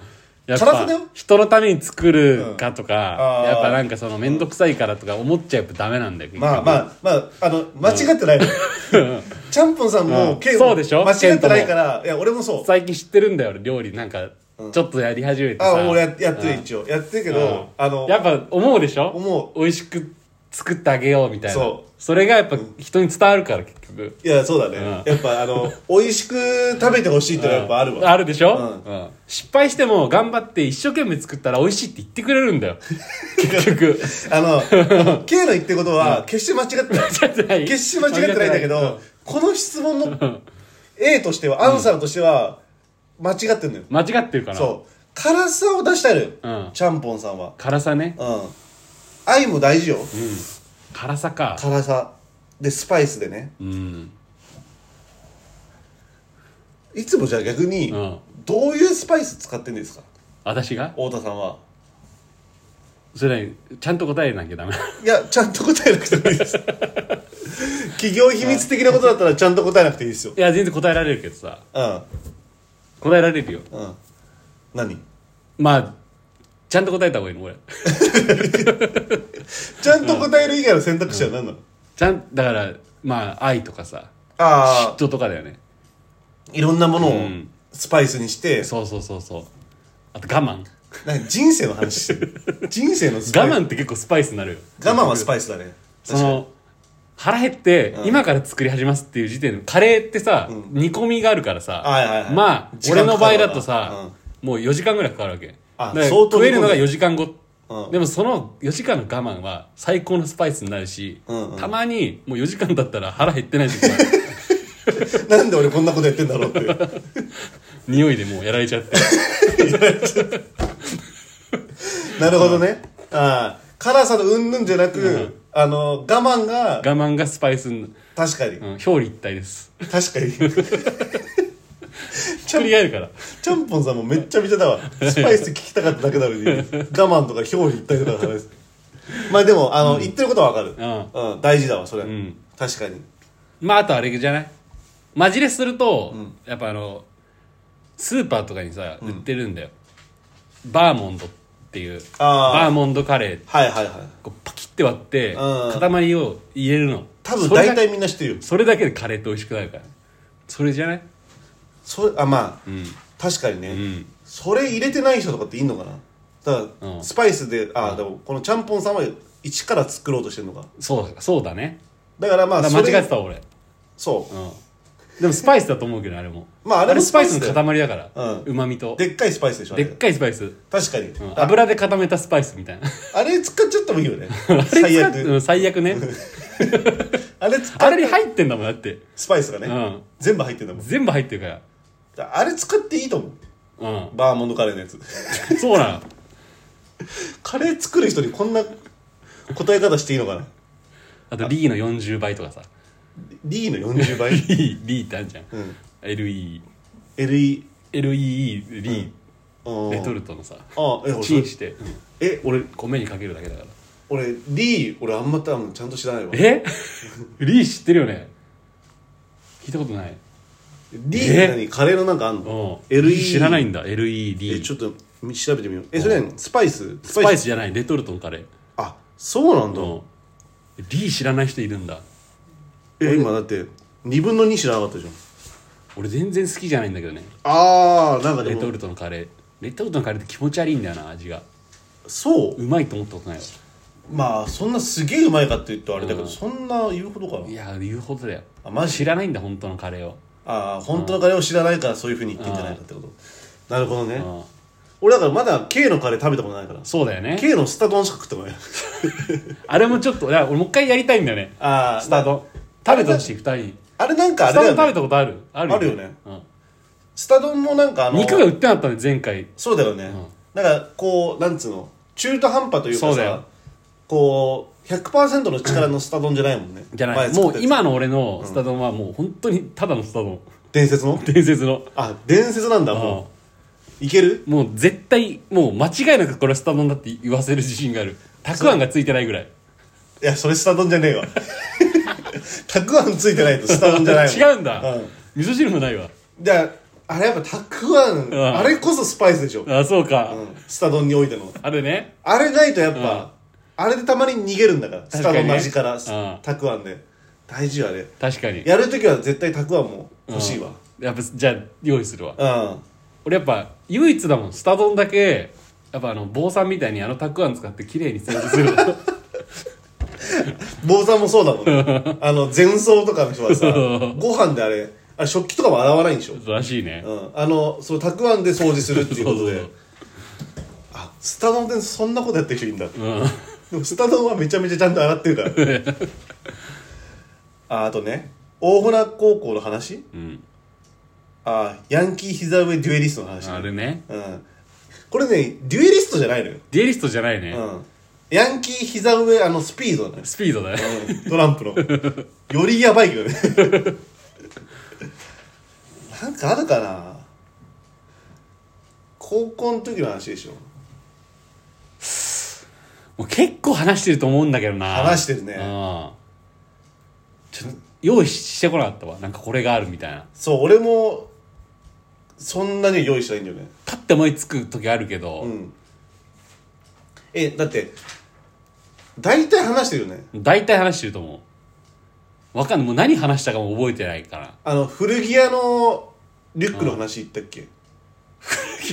Speaker 1: やっ
Speaker 2: 辛さだよ
Speaker 1: ぱ人のために作るかとか、
Speaker 2: うんあー
Speaker 1: やっぱなんかその面倒くさいからとか思っちゃやっぱダメなんだよ
Speaker 2: まあまあまああの間違ってないの、ちゃんぽんさんも、
Speaker 1: うん
Speaker 2: ケイも
Speaker 1: そうでしょ
Speaker 2: 間違ってないからいや俺もそう
Speaker 1: 最近知ってるんだよ俺料理なんかちょっとやり始めて
Speaker 2: あ
Speaker 1: さ、
Speaker 2: 俺ややってる一応やってるけ
Speaker 1: うん
Speaker 2: どあの
Speaker 1: やっぱ思うでしょ
Speaker 2: 思
Speaker 1: 美味しく作ってあげようみたいな
Speaker 2: そ
Speaker 1: れがやっぱ人に伝わるから結局
Speaker 2: いやそうだねやっぱあの美味しく食べてほしいってのはやっぱあるわ
Speaker 1: あるでしょ、
Speaker 2: う
Speaker 1: うん失敗しても頑張って一生懸命作ったら美味しいって言ってくれる
Speaker 2: [laughs]
Speaker 1: んだよ結局
Speaker 2: あのあ
Speaker 1: [laughs]
Speaker 2: の K の言ってることは決して間違ってない
Speaker 1: 間違ってない
Speaker 2: 決して間違ってないんだけ
Speaker 1: 間違
Speaker 2: どこの質問の A としてはアンサーとしては間違ってんのよ
Speaker 1: 間違ってるかな
Speaker 2: そう辛さを出したいのよ
Speaker 1: うん
Speaker 2: ちゃんぽんさんは
Speaker 1: 辛さね
Speaker 2: うん愛も大事よ
Speaker 1: 辛さか
Speaker 2: 辛さでスパイスでね
Speaker 1: うん
Speaker 2: いつもじゃあ逆に
Speaker 1: うん
Speaker 2: どういうスパイス使ってんですか
Speaker 1: 私が
Speaker 2: 太田さんは
Speaker 1: それねちゃんと答えなきゃダメ
Speaker 2: いやちゃんと答えなくてもい
Speaker 1: [laughs]
Speaker 2: いです企業秘密的なことだったらちゃんと答えなくていいですよ
Speaker 1: いや全然答えられるけどさ
Speaker 2: うん
Speaker 1: 答えられるよ
Speaker 2: うん何
Speaker 1: まあちゃんと答えた方がいいの俺
Speaker 2: ちゃんと答える以外の選択肢は何なの、
Speaker 1: ちゃんだからまあ愛とかさ
Speaker 2: ああ
Speaker 1: 嫉妬とかだよね
Speaker 2: いろんなものを
Speaker 1: ん
Speaker 2: スパイスにして、
Speaker 1: そうそうそうそうあと我慢
Speaker 2: なんか人生の話してる人生のスパイス
Speaker 1: 我慢って結構スパイスになるよ
Speaker 2: 我慢はスパイスだね
Speaker 1: その腹減って今から作り始めますっていう時点でカレーってさ、煮込みがあるからさ、
Speaker 2: はいはいはい
Speaker 1: まあ
Speaker 2: 時間
Speaker 1: 俺の
Speaker 2: か
Speaker 1: 場
Speaker 2: か
Speaker 1: 合
Speaker 2: るわな
Speaker 1: だとさ、もう4時間ぐらいかかるわけ
Speaker 2: あ
Speaker 1: だから
Speaker 2: 相当
Speaker 1: 食えるのが
Speaker 2: 煮込んで
Speaker 1: 4時間後、
Speaker 2: うん
Speaker 1: でもその4時間の我慢は最高のスパイスになるし、
Speaker 2: うんうん
Speaker 1: たまにもう4時間だったら腹減ってない時もある
Speaker 2: なんで俺こんなことやってんだろうっていう
Speaker 1: [laughs] 匂いでもうやられちゃって
Speaker 2: なるほどね、ああ辛さのうんぬんじゃなく、あの我慢が
Speaker 1: 我慢がスパイスに、
Speaker 2: 確かに、
Speaker 1: うん、表裏一体です
Speaker 2: 確
Speaker 1: [laughs]
Speaker 2: かに
Speaker 1: 作り合えるから
Speaker 2: ちゃんぽんさんもめっちゃめちゃ
Speaker 1: [laughs]
Speaker 2: だわスパイス聞きたかっただけなのに我慢とか表裏一体とかの話まあでもあの、言ってることはわかる、
Speaker 1: ん
Speaker 2: 大事だわそれ、
Speaker 1: ん
Speaker 2: 確かに
Speaker 1: まああとあれじゃないマジレスすると、やっぱあのスーパーとかにさ売ってるんだよ、バーモンドっていう
Speaker 2: あー
Speaker 1: バーモンドカレー
Speaker 2: はいはいはい
Speaker 1: こうパキって割って
Speaker 2: うん
Speaker 1: 塊を入れるの
Speaker 2: 多分
Speaker 1: それだ
Speaker 2: 大体みんな知ってるよ
Speaker 1: それだけでカレーって美味しくなるからそれじゃない
Speaker 2: それあまあ、確かにね、
Speaker 1: ん
Speaker 2: それ入れてない人とかっていいのかなだから、
Speaker 1: うん
Speaker 2: スパイスであ、でもこのちゃんぽんさんは一から作ろうとしてるのか
Speaker 1: そうそうだね
Speaker 2: だからまあ
Speaker 1: だ
Speaker 2: そ
Speaker 1: 間
Speaker 2: れ
Speaker 1: 違ってたわ俺、
Speaker 2: そう、
Speaker 1: うん、でもスパイスだと思うけどねあれも
Speaker 2: まああれも
Speaker 1: スパイス
Speaker 2: スパイス
Speaker 1: の
Speaker 2: だ
Speaker 1: 塊だから
Speaker 2: うん
Speaker 1: うま、みとで
Speaker 2: でっかいスパイスでしょあれ
Speaker 1: っかいスパイス、うん
Speaker 2: 確かに、あ
Speaker 1: 油で固めたスパイスみたいな
Speaker 2: あれ使っちゃってもい
Speaker 1: [laughs]
Speaker 2: いよね [laughs] 最
Speaker 1: 最悪、う
Speaker 2: 悪
Speaker 1: ん、最悪ね
Speaker 2: あれ使っ
Speaker 1: あれに入ってんだもんだって
Speaker 2: スパイスがね、
Speaker 1: うん
Speaker 2: 全部入ってんだもん
Speaker 1: 全部入ってるか
Speaker 2: あれ使っていいと思う
Speaker 1: ら
Speaker 2: バーモンドカレーのやつ
Speaker 1: うんそうなの
Speaker 2: カレー作る人にこんな答え方していいのかな
Speaker 1: あとリーの40倍とかさ
Speaker 2: D の40倍
Speaker 1: [laughs] リーリーってあるじゃん、
Speaker 2: ん
Speaker 1: LE
Speaker 2: LE
Speaker 1: LEE リー、
Speaker 2: うん
Speaker 1: レトルトのさ
Speaker 2: あえ俺
Speaker 1: チンして、うん
Speaker 2: え俺
Speaker 1: 米にかけるだけだから
Speaker 2: 俺 D 俺あんま多分ちゃんと知らないわ
Speaker 1: え [laughs] リー知ってるよね聞いたことない
Speaker 2: D っ
Speaker 1: え
Speaker 2: て何カレーのなんかあんの
Speaker 1: うん
Speaker 2: LE
Speaker 1: 知らないんだ LE リ
Speaker 2: え
Speaker 1: ー
Speaker 2: ちょっと調べてみようえそれ何スパイスス
Speaker 1: スパイスじゃないレトルトのカレー
Speaker 2: あそうなんだ
Speaker 1: うんリー知らない人いるんだ
Speaker 2: え今だって2分の2知らなかったじゃん
Speaker 1: 俺全然好きじゃないんだけどね
Speaker 2: ああなんかで
Speaker 1: レト
Speaker 2: も
Speaker 1: ルトのカレーレトルトのカレーって気持ち悪いんだよな味が
Speaker 2: そう
Speaker 1: うまいと思ったことないわ
Speaker 2: まあそんなすげえうまいかって言うとあれだけど、
Speaker 1: うん
Speaker 2: そんな言うほどかない
Speaker 1: や言うほどだよ
Speaker 2: あマジ
Speaker 1: 知らないんだ本当のカレーを
Speaker 2: ああ本当のカレーを知らないからそういうふうに言ってんじゃないかってことなるほどね俺だからまだ K のカレー食べたことないから
Speaker 1: そうだよね
Speaker 2: K のスタ丼しか食って
Speaker 1: [laughs]
Speaker 2: もない
Speaker 1: あれもちょっといや俺もう一回やりたいんだよね
Speaker 2: ああ
Speaker 1: スタート食べてほしい2人に
Speaker 2: あれなんかあ
Speaker 1: ス
Speaker 2: れ
Speaker 1: ター
Speaker 2: だよ
Speaker 1: ト食べ
Speaker 2: ね
Speaker 1: たことあるある
Speaker 2: あるよね
Speaker 1: うん
Speaker 2: スタ丼もなんかあの
Speaker 1: 肉が売ってなかったね前回
Speaker 2: そうだよね、なんかこうなんつうの中途半端というか
Speaker 1: そうだ
Speaker 2: さ
Speaker 1: よ
Speaker 2: こう100%の力のスタ丼じゃないもんね
Speaker 1: じゃな
Speaker 2: 前
Speaker 1: い
Speaker 2: 作
Speaker 1: も
Speaker 2: った
Speaker 1: う
Speaker 2: やつ
Speaker 1: 今の俺のスタ丼はもう本当にただのスタ丼
Speaker 2: 伝説の
Speaker 1: 伝説の
Speaker 2: あ伝説なんだもういける
Speaker 1: うんもう絶対もう間違いなくこれはスタ丼だって言わせる自信があるたくあんがついてないぐらい
Speaker 2: いやそれスタ丼じ
Speaker 1: [laughs]
Speaker 2: ゃねえわたくあんついてないとスタ丼じゃないもん
Speaker 1: 違うんだ
Speaker 2: うん
Speaker 1: 味噌汁もないわ
Speaker 2: じゃああれやっぱたくあん、
Speaker 1: ん
Speaker 2: あれこそスパイスでしょ、
Speaker 1: あそうか
Speaker 2: うんスタ丼においての
Speaker 1: あれね
Speaker 2: あれないとやっぱ、あれでたまに逃げるんだからス
Speaker 1: 確か
Speaker 2: タ
Speaker 1: にね
Speaker 2: 丼の味から、
Speaker 1: うん
Speaker 2: たくあんで大事よあれ
Speaker 1: 確かに
Speaker 2: やるときは絶対たくあんも欲しいわ
Speaker 1: やっぱじゃあ用意するわ
Speaker 2: うん、
Speaker 1: 俺やっぱ唯一だもんスタ丼だけやっぱあの坊さんみたいにあのたくあん使って綺麗に掃除する
Speaker 2: 坊さんもそうだもん
Speaker 1: [laughs]
Speaker 2: ねあの前奏とかの人はさ
Speaker 1: そう
Speaker 2: ご飯であれあれ食器とかも洗わないんでしょ、
Speaker 1: らしいね
Speaker 2: うん、あのそのたくあんで掃除するっていうこと
Speaker 1: そ
Speaker 2: で
Speaker 1: うそう
Speaker 2: あスタ丼でそんなことやってる人いるんだ
Speaker 1: うん
Speaker 2: でもスタ丼はめちゃめちゃちゃんと洗ってるからああとね大船高校の話、
Speaker 1: ん
Speaker 2: あーヤンキー膝上デュエリストの話、
Speaker 1: あれね
Speaker 2: うん、これねデュエリストじゃないのよ、
Speaker 1: デュエリストじゃないね、
Speaker 2: うん、ヤンキー膝上あのスピードなのよ
Speaker 1: スピードだね
Speaker 2: トランプのよりやばいけどね [laughs] なんかあるかな高校の時の話でしょ
Speaker 1: もう結構話してると思うんだけどな
Speaker 2: 話してるね
Speaker 1: うんちょっと用意してこなかったわなんかこれがあるみたいな
Speaker 2: そう俺もそんなに用意しないんだよね
Speaker 1: パッて思いつく時あるけど、
Speaker 2: うんえだって大体話してるよね
Speaker 1: 大体話してると思うわかんないもう何話したかも覚えてないから [laughs]
Speaker 2: あの古着屋のリュックの話言ったっけ
Speaker 1: リ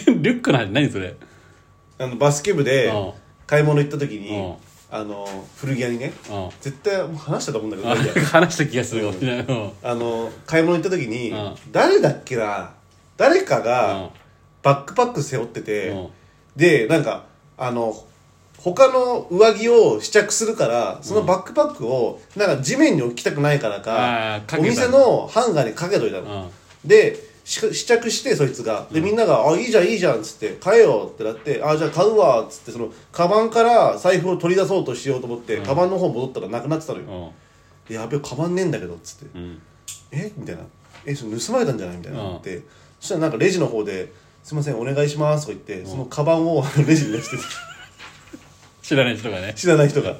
Speaker 1: ュックの話何それ
Speaker 2: あのバスケ部で
Speaker 1: うん
Speaker 2: 買い物行った時に、
Speaker 1: うん
Speaker 2: あの古着屋にね
Speaker 1: うん
Speaker 2: 絶対もう話したと思うんだけど
Speaker 1: あ
Speaker 2: 大体
Speaker 1: [laughs] 話した気がするかもしれないうん
Speaker 2: あの買い物行った時に、
Speaker 1: うん
Speaker 2: 誰だっけな誰か
Speaker 1: うん
Speaker 2: がバックパック背負ってて、
Speaker 1: うん
Speaker 2: でなんかあの他の上着を試着するからそのバックパックをなんか地面に置きたくないから
Speaker 1: あ
Speaker 2: か
Speaker 1: ーかけた
Speaker 2: お
Speaker 1: の
Speaker 2: 店のハンガーにかけといたの、でし試着してそいつがでみんなが「あいいじゃんいいじゃん」っつって「買えよ」ってなって「あじゃあ買うわ」っつってそのカバンから財布を取り出そうとしようと思って、カバンの方戻ったらなくなってたのよ
Speaker 1: う、ん
Speaker 2: でやべえカバンねえんだけどっつって
Speaker 1: うん
Speaker 2: えみたいなえそれ盗まれたんじゃないみたいな
Speaker 1: うん
Speaker 2: って、そしたらなんかレジの方で「すいませんお願いします」とか言って、そのカバンをレジに出してて [laughs]
Speaker 1: 知らない人がね
Speaker 2: 知らない人が、
Speaker 1: ん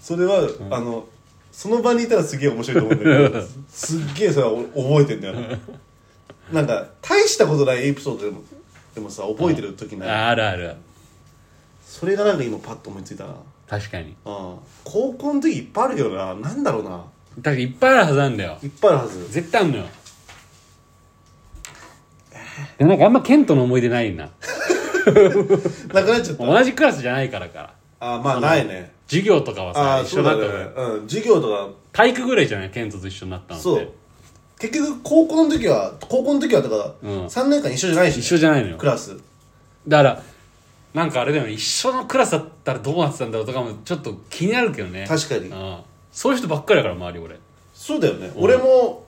Speaker 2: それは、あのその場にいたらすげえ面白いと思う
Speaker 1: [laughs]
Speaker 2: んだけどすっげえそれはお覚えてんだよななんか大したことないエピソードでもでもさ覚えてる時ない、
Speaker 1: ああるある
Speaker 2: それがなんか今パッと思いついたな
Speaker 1: 確かに
Speaker 2: あ高校の時いっぱいあるけどななんだろうな
Speaker 1: だからいっぱいあるはずなんだよ
Speaker 2: いっぱいあるはず
Speaker 1: 絶対あんのよでもなんかあんまケントの思い出ないな
Speaker 2: なくなっちゃった
Speaker 1: 同じクラスじゃないからか
Speaker 2: あまあないね
Speaker 1: 授業とかは
Speaker 2: あ
Speaker 1: さ
Speaker 2: あ
Speaker 1: 一
Speaker 2: そ
Speaker 1: 緒
Speaker 2: う
Speaker 1: だ
Speaker 2: だ
Speaker 1: っ
Speaker 2: ね
Speaker 1: たのよ、
Speaker 2: うん、授業とか
Speaker 1: 体育ぐらいじゃないケントと一緒になったのって
Speaker 2: そう結局高校の時は高校の時はだから
Speaker 1: うん
Speaker 2: 3年間一緒じゃないし、
Speaker 1: 一緒じゃないのよ
Speaker 2: クラス
Speaker 1: だからなんかあれだよね一緒のクラスだったらどうなってたんだろうとかもちょっと気になるけどね
Speaker 2: 確かに
Speaker 1: うんそういう人ばっかりだから周り俺
Speaker 2: そうだよね、俺も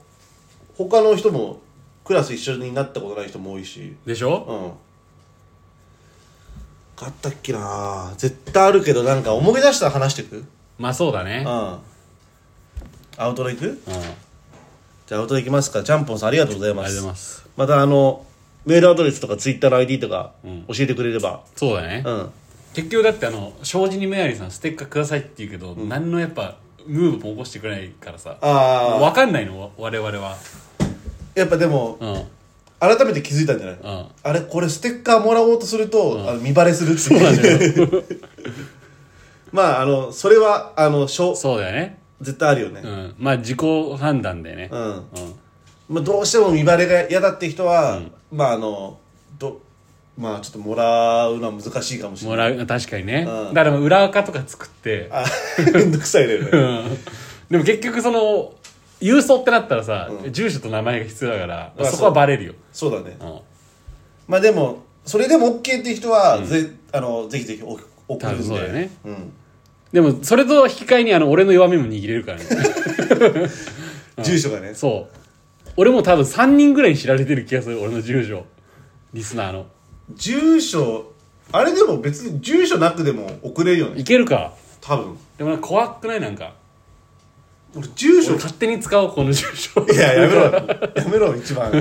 Speaker 2: 他の人もクラス一緒になったことない人も多いし
Speaker 1: でしょ
Speaker 2: うんあったっけな絶対あるけどなんか思い出したら話してくうん
Speaker 1: まあそうだね
Speaker 2: アウトドア行く
Speaker 1: うんありが
Speaker 2: じゃあアウトドア行きますかちゃんぽんさんありがとうござい
Speaker 1: とう
Speaker 2: ま
Speaker 1: ござい
Speaker 2: す
Speaker 1: ます
Speaker 2: またあのメールアドレスとかツイッターの ID とか
Speaker 1: うん
Speaker 2: 教えてくれれば
Speaker 1: そうだね
Speaker 2: うん
Speaker 1: 結局だってあの障子にメアリーさんステッカーくださいって言うけど、何のやっぱムーブも起こしてくれないからさ
Speaker 2: ああ
Speaker 1: 分かんないのわ我々は
Speaker 2: やっぱでも
Speaker 1: うんうん
Speaker 2: 改めて気づいたんじゃないあれこれステッカーもらおうとすると、あの見バレするって [laughs]
Speaker 1: そうなん
Speaker 2: いう
Speaker 1: だよ
Speaker 2: まああのそれはあのしょ
Speaker 1: そうだよね
Speaker 2: 絶対あるよね
Speaker 1: う、ん、まあ自己判断だよね、
Speaker 2: うん
Speaker 1: うん
Speaker 2: まあ、どうしても見バレが嫌だって人は、まああのどまあちょっともらうのは難しいかもしれ
Speaker 1: も
Speaker 2: ない
Speaker 1: らう確かにね、
Speaker 2: うん
Speaker 1: だから裏垢とか作って、
Speaker 2: あめんどくさいね
Speaker 1: う
Speaker 2: ね
Speaker 1: ん、でも結局その郵送ってなったらさ、住所と名前が必要だから、
Speaker 2: まあ
Speaker 1: そこはバレるよ、
Speaker 2: そうだね
Speaker 1: うん、
Speaker 2: まあでもそれでも OK って人は、ぜあのぜひぜひお送
Speaker 1: 多
Speaker 2: るんで
Speaker 1: 分そうだよね
Speaker 2: ん
Speaker 1: でもそれと引き換えにあの俺の弱みも握れるからね
Speaker 2: 住所がね
Speaker 1: そう俺も多分3人ぐらいに知られてる気がする俺の住所リスナーの
Speaker 2: 住所あれでも別に住所なくでも送れるよね
Speaker 1: いけるか
Speaker 2: 多分
Speaker 1: でもなんか怖くないなんか
Speaker 2: 俺住
Speaker 1: 俺
Speaker 2: 所
Speaker 1: 勝手に使おうこの住所
Speaker 2: いや
Speaker 1: [laughs]
Speaker 2: やめろやめろ一番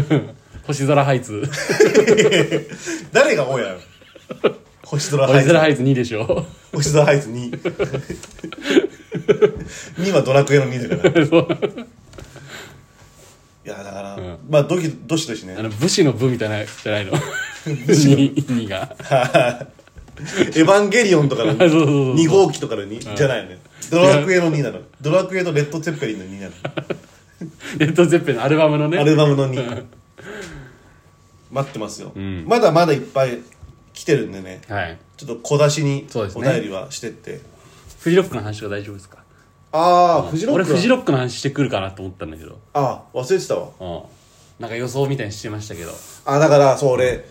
Speaker 1: 星空ハイツ
Speaker 2: [laughs] 誰が親やろ星空ハイ
Speaker 1: 星
Speaker 2: ツ
Speaker 1: 空ハイツ2でしょ
Speaker 2: 星空ハイツ22 [laughs] はドラクエの2だから
Speaker 1: [laughs] そう
Speaker 2: いやだから、まあどきどしどしね
Speaker 1: あの [laughs] 武士の部みたいなじゃないの2が
Speaker 2: エヴァンゲリオンとかの
Speaker 1: そうそうそう
Speaker 2: 2号機とかの2じゃないよねドラクエの2なのドラクエとレッド・ツェッペリンの2なの
Speaker 1: レッド・ゼッペンのアルバムのね
Speaker 2: アルバムの2待ってますよ、
Speaker 1: ん
Speaker 2: まだまだいっぱい来てるんでね
Speaker 1: はい
Speaker 2: ちょっと小出しに
Speaker 1: そうです
Speaker 2: お
Speaker 1: ね
Speaker 2: 便りはしてって、
Speaker 1: フジロックの話は大丈夫ですか
Speaker 2: ああフジロック
Speaker 1: 俺フジロックの話してくるかなと思ったんだけど
Speaker 2: ああ忘れてたわ
Speaker 1: うんなんか予想みたいにしてましたけど
Speaker 2: あだからそう俺、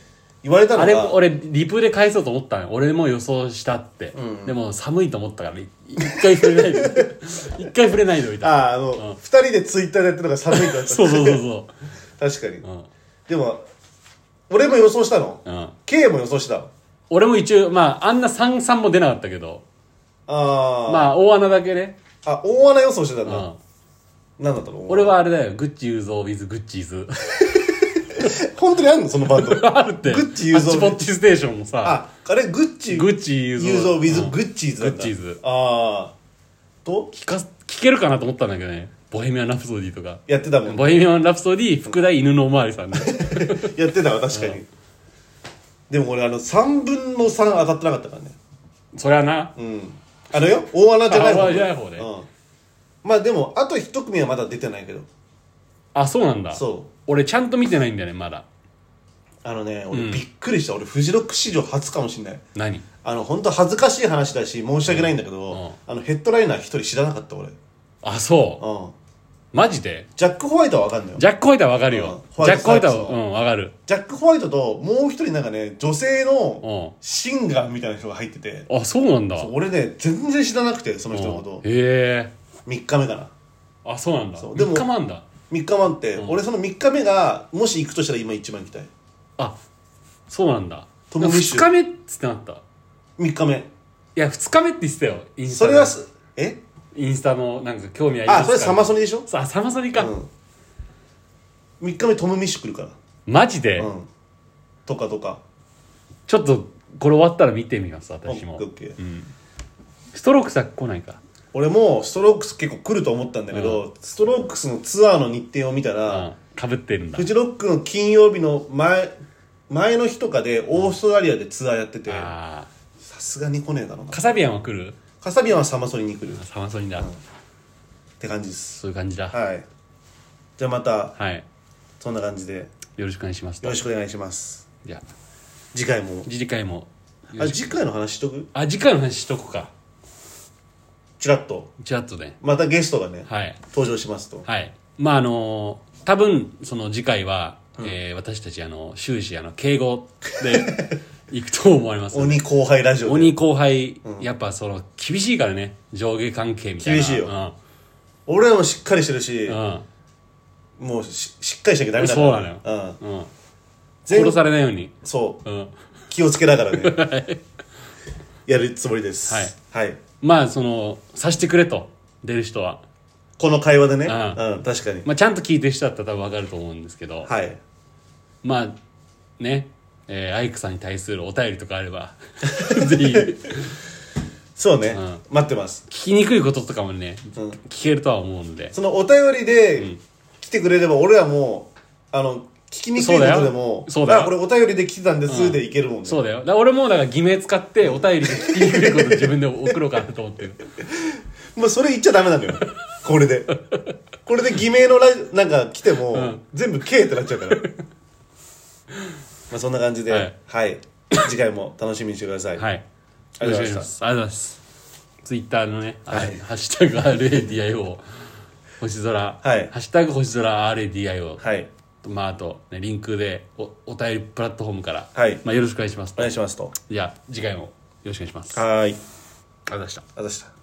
Speaker 2: 言われたの
Speaker 1: あ
Speaker 2: が
Speaker 1: れ俺リプで返そうと思ったのよ俺も予想したって、でも寒いと思ったからい一回触れない
Speaker 2: [laughs]
Speaker 1: で一回触れないでおいた
Speaker 2: あああの、二2人でツイッターでやってるのが寒いとなった
Speaker 1: そうそうそうそ
Speaker 2: 確かに、
Speaker 1: う、うん
Speaker 2: でも俺も予想したの、
Speaker 1: うん、
Speaker 2: K も予想したの
Speaker 1: 俺も一応まああんな三三も出なかったけど
Speaker 2: あ、
Speaker 1: まあ大穴だけね、
Speaker 2: あ、あ大穴予想してたん
Speaker 1: う
Speaker 2: だ、
Speaker 1: ん、
Speaker 2: なんだったの
Speaker 1: 俺はあれだよグッチユーゾー with グッチー
Speaker 2: [laughs]
Speaker 1: ズ
Speaker 2: 本当にあんのそのバンド
Speaker 1: [laughs] あるって
Speaker 2: グッチユーゾー
Speaker 1: ハッチポッチステーションもさ
Speaker 2: ああれグッチ
Speaker 1: グッチユーゾー
Speaker 2: ユーゾー with
Speaker 1: うん
Speaker 2: グッチーズなんだ
Speaker 1: グッチーズ
Speaker 2: ああと
Speaker 1: 聞かす聞けるかなと思ったんだけどねボヘミアン・ラプソディとか
Speaker 2: やってたもん
Speaker 1: ボヘミアン・ラプソディ福大犬のおまわりさんね
Speaker 2: [laughs] やってたわ確かにでも俺あの3分の3当たってなかったからね
Speaker 1: そりゃな
Speaker 2: うんあれよ大穴じゃない
Speaker 1: あ大
Speaker 2: 方
Speaker 1: 穴じゃない方ね
Speaker 2: うんまあでもあと1組はまだ出てないけど
Speaker 1: あそうなんだ
Speaker 2: そう
Speaker 1: 俺ちゃんと見てないんだよねまだ
Speaker 2: あのね俺びっくりした俺フジロック史上初かもしんない
Speaker 1: 何
Speaker 2: あの本当恥ずかしい話だし申し訳ないんだけど、
Speaker 1: うん
Speaker 2: あのヘッドライナー一人知らなかった俺、うん、
Speaker 1: あそうマジで
Speaker 2: ジャック・ホワイトは分かんないよ
Speaker 1: ジャック・ホワイトはわかるよ
Speaker 2: うん
Speaker 1: ジャック・ホワイトは
Speaker 2: ホワイトサーチ
Speaker 1: うんわかる
Speaker 2: ジャック・ホワイトともう一人なんかね女性の
Speaker 1: う
Speaker 2: シンガーみたいな人が入ってて、
Speaker 1: あそうなんだ
Speaker 2: 俺ね全然知らなくてその人のこ
Speaker 1: うん
Speaker 2: と
Speaker 1: へえ
Speaker 2: 3日目かな
Speaker 1: あそうなんだ
Speaker 2: そうでも
Speaker 1: 3日もあんだ
Speaker 2: 3日目って、俺その3日目がもし行くとしたら今一番行きたい
Speaker 1: あそうなんだ
Speaker 2: トムミッシ
Speaker 1: 2
Speaker 2: ュ
Speaker 1: 日目っつってなったい
Speaker 2: 3日目
Speaker 1: や2日目って言ってたよインスタ
Speaker 2: そ
Speaker 1: の
Speaker 2: れはすえ
Speaker 1: インスタのなんか興味あります
Speaker 2: あそれ
Speaker 1: か
Speaker 2: サマソニでしょ、
Speaker 1: あサマソニか
Speaker 2: うん、3日目トム・ミッシュ来るか
Speaker 1: マジで
Speaker 2: らうんとかとか
Speaker 1: ちょっとこれ終わったら見てみます私も
Speaker 2: オッケーオッケー
Speaker 1: うんストロークさ来ないか
Speaker 2: 俺もストロークス結構来ると思ったんだけど、ストロークスのツアーの日程を見たら、
Speaker 1: かぶってるんだ
Speaker 2: フジロックの金曜日の前前の日とかでオーストラリアでツアーやってて
Speaker 1: あ
Speaker 2: さすがに来ねえだろうな
Speaker 1: ーカサビアンは来る
Speaker 2: カサビアンはサマソニに来るっ
Speaker 1: サマソニだ
Speaker 2: て感じです
Speaker 1: そういう感じだ
Speaker 2: はいじゃあまた
Speaker 1: はい
Speaker 2: そんな感じで
Speaker 1: よろしくお願いします
Speaker 2: よろしくお願いします
Speaker 1: じゃあ
Speaker 2: 次回も
Speaker 1: 次回もよ
Speaker 2: あ
Speaker 1: ろしく
Speaker 2: 次回の話しとく
Speaker 1: あ次回の話しとこうか
Speaker 2: チラッと
Speaker 1: ちらっとね
Speaker 2: またゲストがね、
Speaker 1: はい
Speaker 2: 登場しますと
Speaker 1: はいまああのー多分その次回は、えー私たちあの終始あの敬語
Speaker 2: [laughs]
Speaker 1: で行くと思われます
Speaker 2: 鬼後輩ラジオで
Speaker 1: 鬼後輩、やっぱその厳しいからね上下関係みたいな
Speaker 2: 厳しいよ
Speaker 1: うん
Speaker 2: 俺らもしっかりしてるし、
Speaker 1: う
Speaker 2: もうししっかりしなきゃダメだ
Speaker 1: そうなのよ
Speaker 2: うん、
Speaker 1: ん、うん、
Speaker 2: 全
Speaker 1: 殺されないように、
Speaker 2: そう
Speaker 1: うん、
Speaker 2: 気をつけながら
Speaker 1: [laughs]
Speaker 2: ねやるつもりですはい、
Speaker 1: まあそのさしてくれと出る人は、
Speaker 2: この会話でね、
Speaker 1: うん
Speaker 2: うん、確かに、
Speaker 1: まあ、ちゃんと聞いてる人だったら多分わかると思うんですけど、
Speaker 2: はい
Speaker 1: まあねえーアイクさんに対するお便りとかあれば [laughs] ぜひ聞
Speaker 2: そうね、待ってます
Speaker 1: きにくいこととかもね、聞けるとは思うので
Speaker 2: そのお便りで来てくれれば俺らもあの聞きにくいことでも
Speaker 1: そうだよそうだよ
Speaker 2: あこれお便りで来てたんですでいけるもんね、
Speaker 1: そうだよだから俺もだから偽名使ってお便りで聞きにくいこと自分で送ろうかなと思ってる
Speaker 2: まあ、それ言っちゃダメなのよこれでこれで偽名のラジなんか来ても、全部 K ってなっちゃうからまあそんな感じでは
Speaker 1: はい
Speaker 2: い、次回も楽しみにしてください、
Speaker 1: はい。
Speaker 2: ありがとうございま
Speaker 1: ありがとうございます。ツイッターのね、はい、ハッシュタグ RADIO、星空、
Speaker 2: はい
Speaker 1: ハッシュタグ星空 RADIO、
Speaker 2: はい
Speaker 1: まあ、あと、ね、リンクでおお便りプラットフォームから、
Speaker 2: はい
Speaker 1: まあ、よろしくお願いします
Speaker 2: お。願いしますと
Speaker 1: じゃあ、次回もよろしくお願いします。ありがと
Speaker 2: はーいありがとう
Speaker 1: うございました。
Speaker 2: ございました